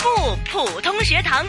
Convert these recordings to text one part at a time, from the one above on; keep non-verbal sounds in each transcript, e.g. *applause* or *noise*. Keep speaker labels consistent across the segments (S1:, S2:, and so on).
S1: 普通学堂。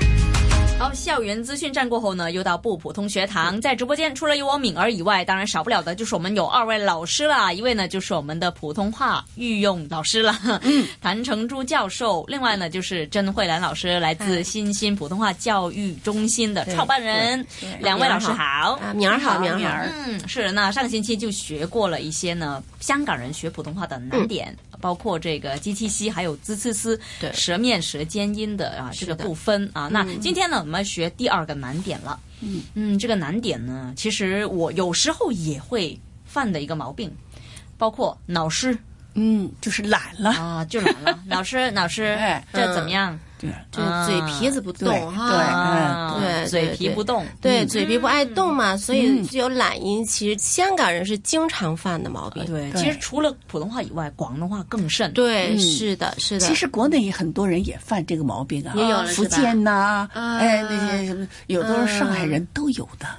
S2: 好，校园资讯站过后呢，又到不普通学堂。在直播间除了有我敏儿以外，当然少不了的就是我们有二位老师啦，一位呢就是我们的普通话御用老师了， *laughs* 谭成珠教授；另外呢就是甄慧兰老师，来自新新普通话教育中心的创办人。两位老师好，
S3: 啊，明儿好，明儿好。
S2: 嗯，是。那上星期就学过了一些呢，香港人学普通话的
S3: 嗯
S2: 难点，包括这个 GTC 还有滋呲丝，
S3: 对
S2: 舌面舌尖音的啊这
S3: 是
S2: 个
S3: 的嗯
S2: 部分啊。那今天呢，我们要学第二个难点了。嗯这个难点呢，其实我有时候也会犯的一个毛病，包括老师
S4: 嗯，就是懒了，
S2: 啊，就懒
S3: *laughs*
S2: 了。老师，老师
S4: 哎，
S2: 这怎么样？
S4: 对
S3: 这
S2: 嗯
S3: 嘴皮子不
S4: 对
S3: 动
S4: 对
S3: 哈，
S2: 啊，
S3: 嗯哎对
S2: 嘴皮
S3: 对
S2: 不动。嗯
S3: 对，嘴皮不爱动嘛，所以就有懒音。其实香港人是经常犯的毛病。
S2: 对，
S4: 对
S2: 其实除了普通话以外，广东话更甚。
S3: 哎对，
S4: 嗯
S3: 是的，是的。
S4: 其实国内也很多人也犯这个毛病啊，
S3: 也有了
S4: 福
S3: 是吧
S4: 建呐、
S3: 啊嗯
S4: 哎那些什么，有的时候上海人都有的。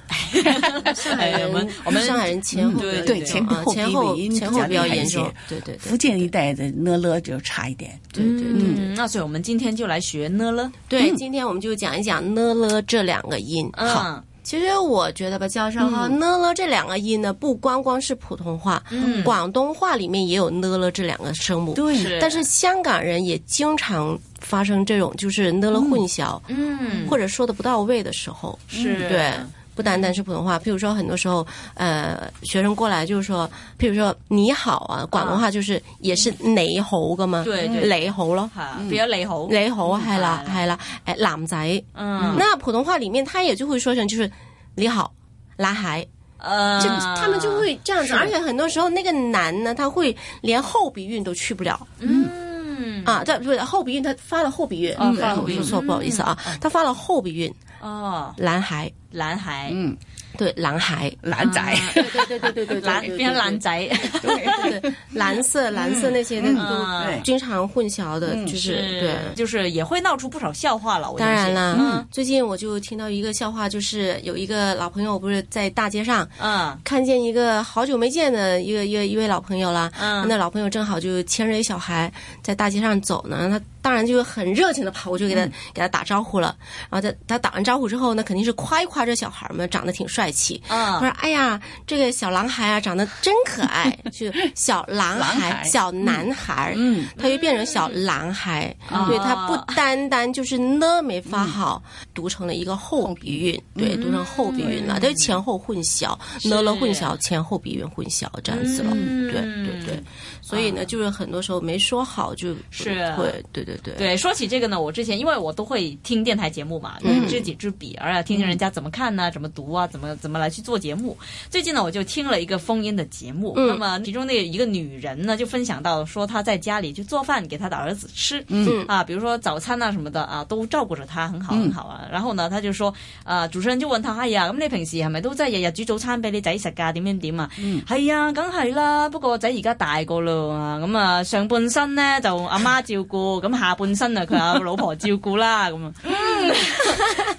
S3: 上
S2: 哎
S3: 海
S2: 我
S3: 人
S2: 们，我们
S3: 上海人前后
S2: 嗯对
S3: 比较
S2: 对
S3: 严
S2: 前
S3: 重啊
S4: 后
S3: 前
S4: 鼻
S3: 后
S4: 尾音
S3: 前
S4: 比
S3: 后
S4: 较
S3: 比较
S4: 厉害一
S3: 严
S4: 些
S3: 重。对对对
S4: 福建一带的呢了就差一点，
S3: 对对对。
S2: 嗯，那所以我们今天就来学呢了。
S3: 对，今天我们就讲一讲呢了这两个音。好，
S2: 嗯，
S3: 其实我觉得吧，教授哈，呢了这两个音呢，不光光是普通话，
S2: 嗯
S3: 广东话里面也有呢了这两个声母。
S4: 对，
S2: 是
S3: 但是香港人也经常发生这种就是呢了混淆，
S2: 嗯，
S3: 或者嗯说的不到位的时候。
S2: 是
S3: 对，不单单是普通话，譬如说很多时候，呃，学生过来就是说，譬如说你好啊，广东话就是、也是
S2: 嗯
S3: 你好噶嘛，
S2: 對對
S3: 你好咯，
S2: 哈，比较雷猴，
S3: 你好系啦
S2: 係啦
S3: 系啦，诶男仔，
S2: 嗯，
S3: 那普通话里面他也就会说成就是你好。男孩，
S2: 呃，
S3: 就他们就会这样子，而且很多时候那个男呢，他会连后鼻韵都去不了，
S2: 嗯
S3: 啊，这不是后鼻韵，他发了后鼻韵，
S2: 哦
S3: 对
S2: 发了后鼻韵
S3: 我说错，不好意思啊，他发了后鼻韵，
S2: 哦，
S3: 男孩，
S2: 男孩，
S4: 嗯，
S3: 对，男孩，
S4: 懒仔，
S3: 对对对对对对，
S2: 蓝变成蓝仔，
S3: 对，蓝色、蓝色那些的
S2: 嗯
S3: 都经常混淆的，
S4: 嗯
S3: 就是对。
S2: *laughs* 就是也会闹出不少笑话了。我
S3: 当然
S2: 了，
S3: 啦，最近我就听到一个笑话，就是有一个老朋友不是在大街上
S2: 嗯
S3: 看见一个好久没见的一个一个一位老朋友了，
S2: 嗯
S3: 那老朋友正好就牵着一小孩在大街上走呢，他当然就很热情的跑过去给他、给他打招呼了，然后他他打完招呼之后，那肯定是夸一夸这小孩嘛，长得挺帅气，
S2: 嗯
S3: 他说：“哎呀，这个小狼孩啊，长得真可爱，就小狼
S4: 狼
S3: 孩、
S4: 孩
S3: 小男孩，
S4: 嗯，
S3: 他就变成小狼孩，
S2: 嗯
S3: 对
S2: 哦
S3: 他不单单就是呢没发好，读成了一个后鼻韵，对，读成后鼻韵了，他就前后混淆，呢了混淆，前后鼻韵混淆这样子了，
S2: 嗯
S3: 对对对，所以呢，就是很多时候没说好就会，对对对，
S2: 对，说起这个呢，我之前因为我都会听电台节目嘛，
S3: 嗯
S2: 知己知彼，而且听听人家怎么看呢、怎么读啊，怎么怎么来去做节目。最近呢，我就听了一个风音的节目，
S3: 嗯
S2: 那么其中那一个女人呢，就分享到说她在家里就做饭给她的儿子吃，
S3: 嗯
S2: 啊，比如说早餐啊什么的啊，都照顾着她，很好很好啊。然后呢，她就說，啊、主持人就問她，哎呀，咁你平時係咪都真係日日煮早餐俾你仔食㗎？點點點啊？
S3: 嗯
S2: 係、啊，梗係啦。不過我仔而家大個啦，咁啊上半身咧就阿媽照顧，咁下半身啊佢阿老婆照顧啦，咁
S3: *laughs*
S2: 啊。嗯，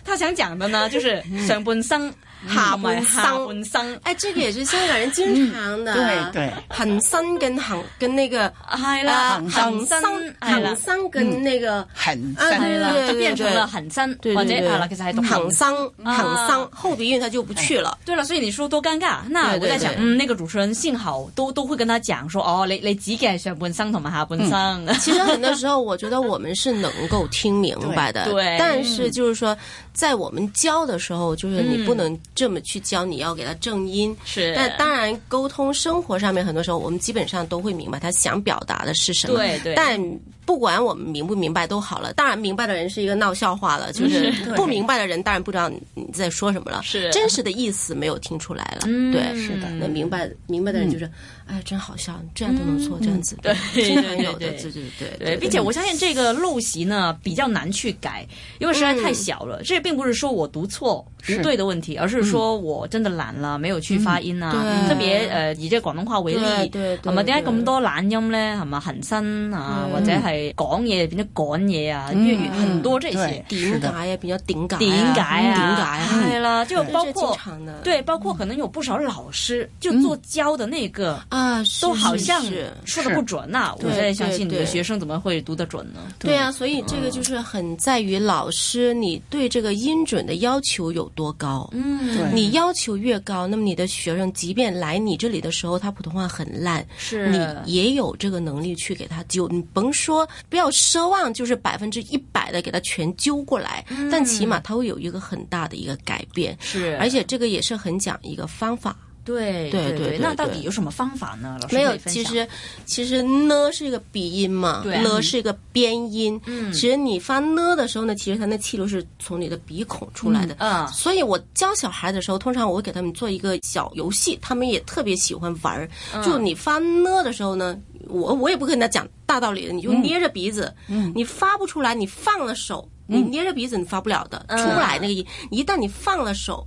S2: 他想講的呢，就是上半生、下半
S3: 嗯
S2: 下
S3: 下半生
S2: 半生。
S3: 哎，这个也是香港人经常的，
S4: 对对，
S3: 很深跟很跟那个。”
S2: 係啦，
S3: 啊，
S2: 恒
S3: 恒
S2: 生
S3: 生
S2: 係啦
S3: 恒，生跟那个
S4: 很
S3: 啊
S4: 散
S2: 係啦，
S3: 对啊
S2: 就
S3: 對
S2: 變成
S3: 對
S2: 了恒生，
S3: 对
S2: 或
S3: 对
S2: 者
S3: 对嗯
S2: 係啦，其實係讀
S3: 恒生
S2: 啊
S3: 恒生后鼻韵它就不去了。
S2: 对了，所以你说多尴尬。那我
S3: 对对
S2: 在想，
S3: 对
S2: 嗯，那个主持人幸好都都会跟他讲说，哦，你你指嘅系上半身同埋下半身。
S3: *laughs*
S2: *laughs*
S3: 其实很多时候，我觉得我们是能够听明白的， *laughs*
S2: 对对
S3: 但是就是说，在我们教的时候，就是你不能这么去教，你要给他正音。
S2: 是
S3: 但当然，沟通生活上面很多时候，我们基本上都会明白他想表达的是什么。
S2: 对对
S3: 但不管我们明不明白都好了，当然明白的人是一个闹笑话了，
S2: *laughs*
S3: 就是不明白的人当然不知道你你在说什么了，
S2: 是
S3: 真实的意思没有听出来了。
S2: 嗯
S3: 对，
S2: 是的
S3: 那明白明白的人就是，哎，真好笑，这样都能错，这样子，
S2: 嗯对
S3: 经常有
S2: 对
S3: 的，
S2: 对
S3: 对对对
S2: 对，并且我相信这个陋习呢比较难去改，因为实在太小
S3: 嗯
S2: 了。这并不是说我读错不对的问题，而是说我真的懒了，没有去发音啊。
S3: 嗯对
S2: 特别呃，以这广东话为例
S3: 对，对嗯
S2: 係
S3: 對
S2: 咪點解咁多懶音咧？係咪恒生啊，或者係講
S3: 嗯
S2: 嘢變咗趕嘢啊？粵語很多這些。
S3: 顶解呀，比较顶解，嗯
S2: 點解啊？
S3: 顶解
S2: 对啦，就
S3: 这
S2: 包
S3: 是经
S2: 括
S3: 常的，
S2: 对，包括可能有不少老师就做教的那个。
S3: 啊，
S2: 都
S3: 是
S2: 好
S3: 是
S2: 像
S3: 是
S2: 说的不准呐、我
S3: 对
S2: 在相信你
S3: 对
S2: 的
S3: 对
S2: 学生怎么会读得准呢？
S3: 对啊，所以这个就是很在于老师你对这个音准的要求有多高。
S2: 嗯
S4: 对
S3: 你要求越高，那么你的学生即便来你这里的时候，他普通话很烂，
S2: 是
S3: 你也有这个能力去给他纠。你甭说，不要奢望就是百分之一百的给他全揪过来，
S2: 嗯
S3: 但起码他会有一个很大的一个改变，
S2: 是，
S3: 而且这个也是很讲一个方法。
S2: 对
S3: 对
S2: 对
S3: 对对
S2: 那到
S3: 对
S2: 底有什么方法呢？老师
S3: 没
S2: 可
S3: 有
S2: 以，分
S3: 其
S2: 享
S3: 实其实呢是一个鼻音嘛，
S2: 对啊
S3: 呢是一个边音。嗯，其实你发呢的时候呢，其实它那气流是从你的鼻孔出来的。
S2: 嗯
S3: 所以我教小孩的时候，通常我会给他们做一个小游戏，他们也特别喜欢玩儿。
S2: 嗯
S3: 就你发呢的时候呢，我我也不跟他讲大道理的，你
S2: 嗯
S3: 就捏着鼻子，你发不出来，你放了手，
S2: 嗯
S3: 你捏着鼻子你发不了的，出不来那个音。一旦你放了手，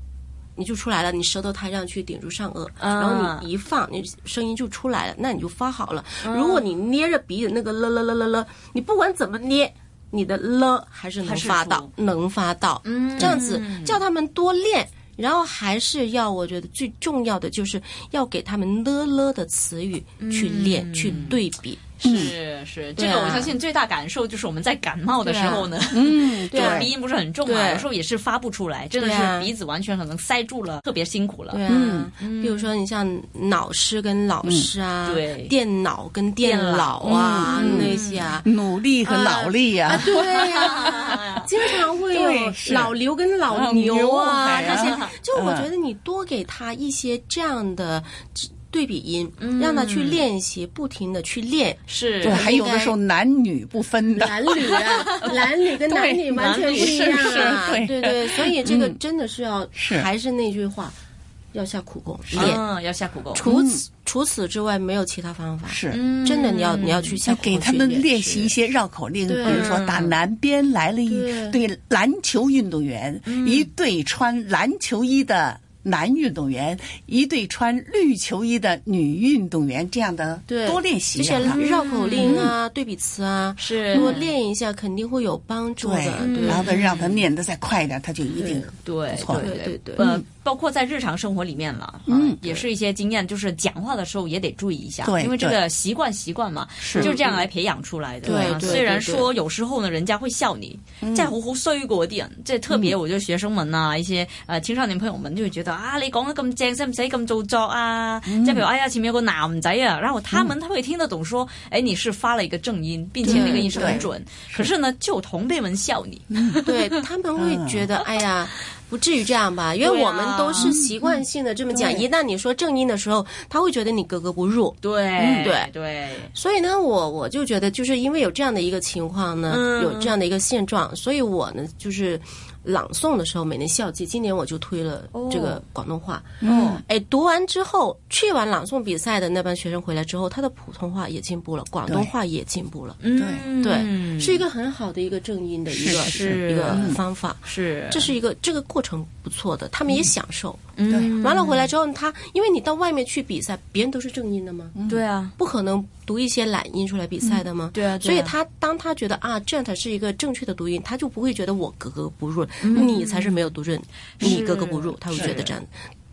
S3: 你就出来了，你舌头抬上去顶住上颚，
S2: 啊
S3: 然后你一放，你声音就出来了，那你就发好了。
S2: 嗯
S3: 如果你捏着鼻子那个了了了了了，你不管怎么捏，你的了还是能发
S2: 还
S3: 到
S2: 是，
S3: 能发到。
S2: 嗯
S3: 这样子叫他们多练。然后还是要，我觉得最重要的就是要给他们了了的词语
S2: 嗯
S3: 去练、去对比。
S2: 是是，这
S3: 嗯对
S2: 个
S3: 啊
S2: 我相信最大感受就是我们在感冒的时候呢，
S4: 嗯，
S2: 这
S3: 对
S4: *laughs*
S2: 个
S3: 啊
S2: 鼻音不是很重嘛，
S3: 对
S2: 有时候也是发不出来，真的
S3: 对啊
S2: 是鼻子完全可能塞住了，特别辛苦了。
S3: 对啊，比如说你像老师跟老师啊，
S2: 嗯对
S3: 电脑跟电脑啊、
S4: 嗯
S3: 那些啊，
S4: 努力和脑力呀、
S3: 啊，对呀、
S4: *laughs*
S3: 经常会有
S4: 对是
S3: 老刘跟老牛啊
S4: 老牛
S3: 这
S4: 哎
S3: 些
S4: 呀，
S3: 就我觉得你多给他一些这样的对比音，
S2: 嗯
S3: 让他去练习，不停的去练。
S2: 是
S4: 对，还有的时候 *laughs* 男女不分的，
S3: 男女啊， *laughs* 男女跟男女完全不一样啊！
S4: 男
S3: 对
S4: 女是是对
S3: 对，所以这个
S4: 嗯
S3: 真的是要，
S4: 是
S3: 还是那句话，要下苦功练。
S2: 嗯，要下苦功。
S3: 除此除此之外，没有其他方法。
S4: 是。
S2: 嗯
S3: 真的，你要你要去下
S4: 那
S3: 苦功
S4: 给他
S3: 去
S4: 们练习一
S3: 是
S4: 些绕口令，比
S3: 对嗯
S4: 如说打南边来了一
S3: 对嗯
S4: 对篮球运动员，一对穿篮球衣的男运动员，一对穿绿球衣的女运动员，这样的
S3: 对
S4: 多练习
S3: 这些
S4: 让他
S3: 绕口令
S4: 嗯
S3: 啊、对比词啊，
S2: 是
S3: 多练一下肯定会有帮助
S4: 对
S3: 的。，对嗯
S4: 然后再让他念得再快一点，他就一定
S2: 对
S4: 不错
S2: 对
S3: 对对对嗯
S2: 呃，包括在日常生活里面了，嗯，也是一些经验，就是讲话的时候也得注意一下，
S4: 对
S2: 因为这
S4: 对
S2: 个习惯习惯嘛，
S4: 是
S2: 就这样来培养出来的。
S3: 对
S2: 啊
S3: 对
S2: 虽然
S3: 对对
S2: 说有时候呢，人家会笑你，
S4: 嗯
S2: 即係好好衰嗰啲人，即係特別，我覺得學生們啊，一些誒青少年朋友們就會覺得啊，你講得咁正，使唔使咁做作啊？
S4: 嗯
S2: 即係譬如，哎呀，前面有個男仔啊，然後他們他會聽得懂說，哎，你是發了一個正音，并且那個音是很
S3: 对
S2: 准，可是呢，就有同輩們笑你，
S4: 嗯
S3: 对他们会觉得，哎呀，不至于这样吧？因为
S2: 对啊
S3: 我们都是习惯性的这么讲，
S4: 对
S3: 一旦你说正音的时候，他会觉得你格格不入。
S2: 对
S3: 嗯对
S2: 對，
S3: 所以呢，我我就觉得，就是因为有这样的一个情况呢，
S2: 嗯
S3: 有这样的一个现状，所以我呢就是朗诵的时候，每年校季，今年我就推了
S2: 哦
S3: 这个广东话。
S2: 嗯，
S3: 哎，读完之后，去完朗诵比赛的那班学生回来之后，他的普通话也进步了，广东话也进步了。
S2: 嗯
S3: 对，是一个很好的一个正音的一个
S2: 是
S3: 一个
S2: 嗯
S3: 方法。
S2: 是
S3: 这是一个这个过程不错的，他们也享受。
S2: 嗯
S3: 完了回来之后，他因为你到外面去比赛，别人都是正音的吗？
S2: 对啊，
S3: 不可能读一些懒音出来比赛的吗？
S2: 对啊对啊
S3: 所以他当他觉得啊，这样才是一个正确的读音，他就不会觉得我格格不入，
S2: 嗯
S3: 你才是没有读正，你格格不入，他会觉得这样。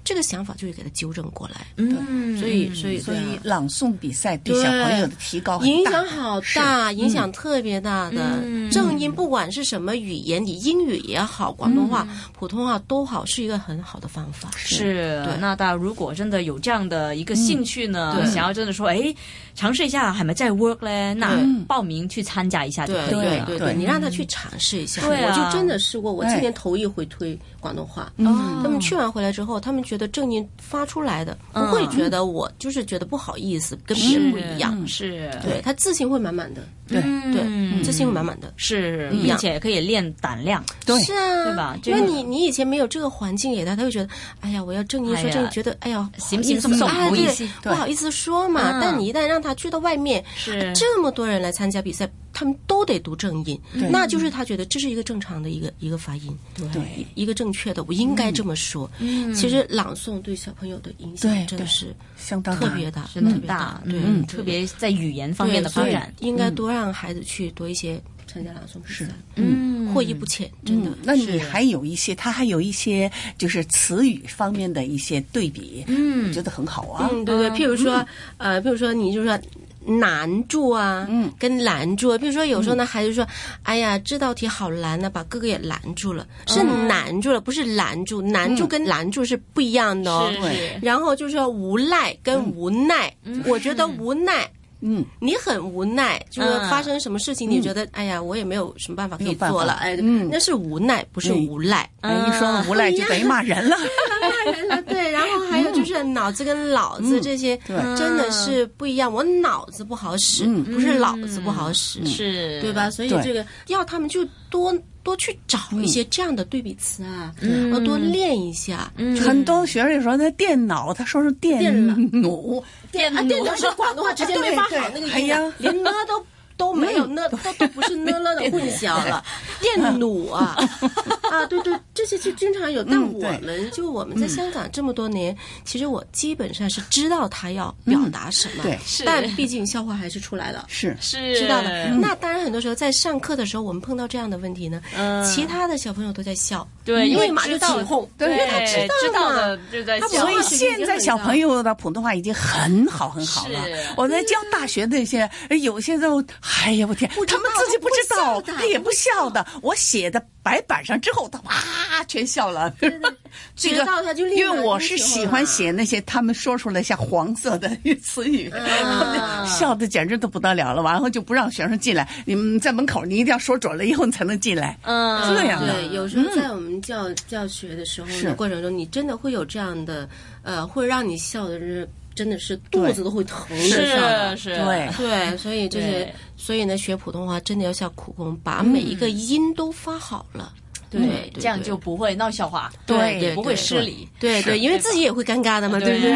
S3: 这个想法就会给他纠正过来。
S2: 嗯，
S3: 所以，所以，
S4: 所
S3: 对
S4: 以
S3: 啊
S4: 朗诵比赛对
S3: 对
S4: 小朋友的提高哦很大
S3: 影响好大，影响特别大的。
S2: 嗯
S3: 正音不管是什么语言，你英语也好，广东话、普通话都好，是一个很好的方法。
S2: 是
S3: 对，
S2: 那大家如果真的有这样的一个兴趣呢，
S3: 对
S2: 想要真的说，哎，尝试一下还没在 work 嘞，那报名去参加一下就
S3: 对
S2: 可以
S3: 对
S2: 了。
S3: 对
S4: 对
S3: 你让他去尝试一下。
S2: 对啊
S3: 我就真的试过，我
S4: 哎
S3: 今年头一回推广东话。
S4: 嗯
S2: 哦
S3: 他们去完回来之后，他们觉得正音发出来的，不
S2: 嗯
S3: 会觉得我就是觉得不好意思，跟别人不一样。
S2: 是，
S3: 对他自信会满满的，
S4: 对
S2: 嗯
S3: 对，自信会满满的。
S2: 是，
S3: 一
S2: 并
S3: 样
S2: 且可以练胆量。
S4: 对
S3: 是啊，
S2: 对吧这
S3: 因
S2: 个
S3: 为你你以前没有这个环境给他，他会觉得，哎呀，我要正音
S2: 哎呀
S3: 说正音，觉得哎呀，
S2: 行
S3: 不好意思
S2: 行送不
S3: 哎
S2: 好意
S3: 对
S2: 思
S3: 不好意思说嘛
S2: 嗯。
S3: 但你一旦让他去到外面，哎
S2: 是
S3: 这么多人来参加比赛，他们都得读正音，那就是他觉得这是一个正常的一个一个发音，
S4: 对
S3: 一个正确的，我应该这么说。
S2: 嗯
S3: 其实朗诵对小朋友的影响
S4: 对
S3: 真的是
S4: 相当
S3: 特
S4: 大
S3: 别大，
S2: 真的
S3: 特
S2: 很
S3: 别
S2: 大
S3: 大，，对
S2: 嗯，，
S3: 对
S2: 特别在语言方
S3: 对
S2: 面的发
S3: 所以
S2: 展，嗯
S3: 应该多让孩子去多一些参加朗诵比赛。
S2: 嗯，
S3: 获益不浅，真的
S4: 嗯。那你还有一些，他还有一些就是词语方面的一些对比，嗯，我觉得很好啊。
S3: 嗯，对对，譬如
S4: *laughs*
S3: 说，呃，譬如说，你就说难住啊，嗯，跟拦住啊，譬如说，有
S4: 嗯
S3: 时候呢，孩子说，哎呀，这道题好难啊呢、把哥哥也拦住了，
S4: 嗯
S3: 是难住了，不是拦住，难住跟拦住是不一样的哦。
S2: 是
S3: 然后就是说无奈跟无奈，我觉得无奈。
S4: 嗯，
S3: 你很无奈，就是
S2: 嗯
S3: 发生什么事情，你觉得、哎呀，我也没有什么办法可
S4: 没
S3: 以
S4: 有办法
S3: 做了，哎，
S4: 嗯
S3: 那是无奈，不是
S4: 嗯
S3: 无赖。嗯
S4: 哎一说无赖就等于骂人
S3: 哎
S4: *laughs* 了。
S3: 骂人了，呃对。然后还有就是脑子跟脑子这些，
S4: 嗯对
S3: 真的是不一样。我脑子不好使，
S4: 嗯
S3: 不是脑子不好使，
S2: 是，
S3: 嗯对？吧？所以
S4: 对嗯
S3: 这个要他们就多多去找一些这样的对比词啊，
S2: 嗯
S3: 要多练一下。
S2: 嗯，
S4: 很多学生说那电脑，他说是电脑，嗯
S2: 电
S3: 啊，对，那是广东话直接没法
S4: 对
S3: 好那个
S4: 哎
S3: 音啊
S4: 呀，
S3: 连呢都。都没
S4: 嗯
S3: 有呢，都都不是呢了的混淆
S4: *laughs*
S3: 了，电弩啊啊，对对，这些就经常有。但
S4: 嗯
S3: 我
S4: 对嗯
S3: 们就我们在香港这么多年，其实我基本上是知道他要表达什么，
S4: 嗯对
S2: 是
S3: 但毕竟笑话还是出来了。
S4: 是
S2: 是
S3: 知道了，那当然，很多时候在上课的时候，我们碰到这样的问题呢，
S2: 嗯
S3: 其他的小朋友都在笑，
S2: 对，因为
S3: 立马
S2: 知
S3: 就起
S2: 道
S3: 哄，
S4: 对
S2: 对
S4: 因为他
S3: 知道
S2: 道
S3: 嘛
S2: 的就在
S3: 他不
S2: 笑
S4: 所
S3: 会
S4: 以现在小朋友的普通话已经很好很好了
S2: 是。
S4: 我在教大学的一些，哎有些时候，哎呀我天
S3: 不，知道
S4: 他们自己不知
S3: 他
S4: 道，
S3: 不笑的
S4: 他也不笑的。我写的白板上之后，他啪全笑了。这
S3: 学
S4: 个
S3: 到他就立马
S4: 因为我是
S3: 就喜
S4: 喜
S3: 欢
S4: 欢
S3: 了
S4: 写那些他们说出来像黄色的词语，
S2: *laughs*
S3: 嗯
S2: 啊
S4: 笑的简直都不得了了。完后就不让学生进来，你们在门口你一定要说准了以后你才能进来。
S2: 嗯，
S4: 这样的
S3: 对，有时候在我们教、教学的时候
S4: 是
S3: 的过程中，你真的会有这样的，呃，会让你笑的是真的是肚
S4: 对
S3: 子都会疼的笑
S2: 是
S3: 的。
S2: 是，
S4: 对
S3: 对，所以这些
S2: 对，
S3: 所以呢，学普通话真的要下苦功，把每一个音都发好了。对，
S2: 这样就不会闹笑话，
S4: 对
S2: 也
S3: 嗯对
S2: 不会
S3: 对
S2: 失礼。
S3: 对对，因为自己也会尴尬的嘛，对不对？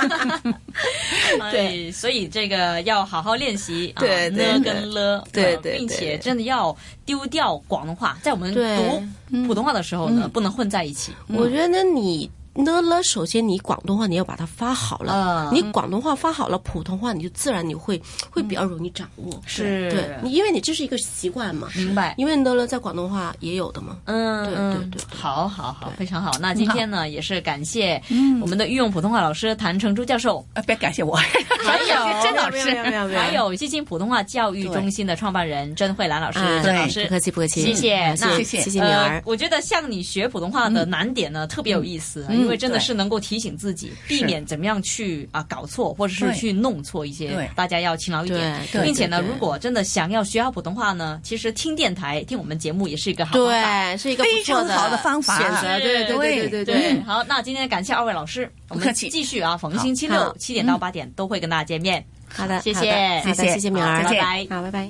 S2: *laughs* 哎
S3: 对
S2: 所以这个要好好练习，啊
S3: 对对
S2: 呢
S3: 对
S2: 跟了，
S3: 对
S2: 啊
S3: 对对
S2: 并且真的要丢掉广东话，在我们
S3: 对嗯
S2: 读普通话的时候呢，不能混在一起。
S3: 我觉得你呢了，首先你广东话你要把它发好了，
S2: 嗯
S3: 你广东话发好了，普通话你就自然你会会比较容易掌握。
S2: 是
S3: 对，你因为你这是一个习惯嘛，
S2: 明白
S3: 因为呢了在广东话也有的嘛。
S2: 嗯，
S3: 对
S2: 嗯
S3: 对对对嗯
S2: 好好好，非常好。那今天呢，也是感谢我们的御用普通话老师谭成珠教授，
S4: 啊，别感谢我，
S3: 哎
S2: 还有
S4: 真老
S3: 没
S4: 师
S3: 有没有没有没有，
S2: 还有基金普通话教育中心的创办人甄慧兰老师，
S3: 啊
S2: 甄老
S3: 不
S2: 师。
S3: 客气不客气，
S2: 谢谢
S3: 嗯
S2: 那
S3: 谢谢
S4: 谢谢
S3: 谢谢女
S2: 呃
S3: 儿。
S2: 我觉得像你学普通话的难点呢，特别有意思，
S3: 嗯
S2: 因为真的是能够提醒自己，避免怎么样去啊搞错，或者是
S4: 对
S2: 去弄错一些
S4: 对，
S2: 大家要勤劳一点，
S3: 对对
S2: 并且呢，
S3: 对对
S2: 如果真的想要学好普通话呢，其实听电台、听我们节目也是一个好方法。
S3: 对，是一个不
S4: 非
S3: 错
S4: 常好的方法
S3: 选择，对对对对
S2: 对，好，那今天感谢二位老师，我
S4: 不
S2: 们
S4: 客气
S2: 继续啊，逢星期
S3: 好
S2: 六
S3: 好
S2: 七点到八点都会跟大家见面。
S3: 好的，
S2: 谢
S3: 好的
S2: 谢
S3: 好的
S4: 谢谢
S3: 谢谢敏儿，
S2: 好再见
S3: 好，拜拜。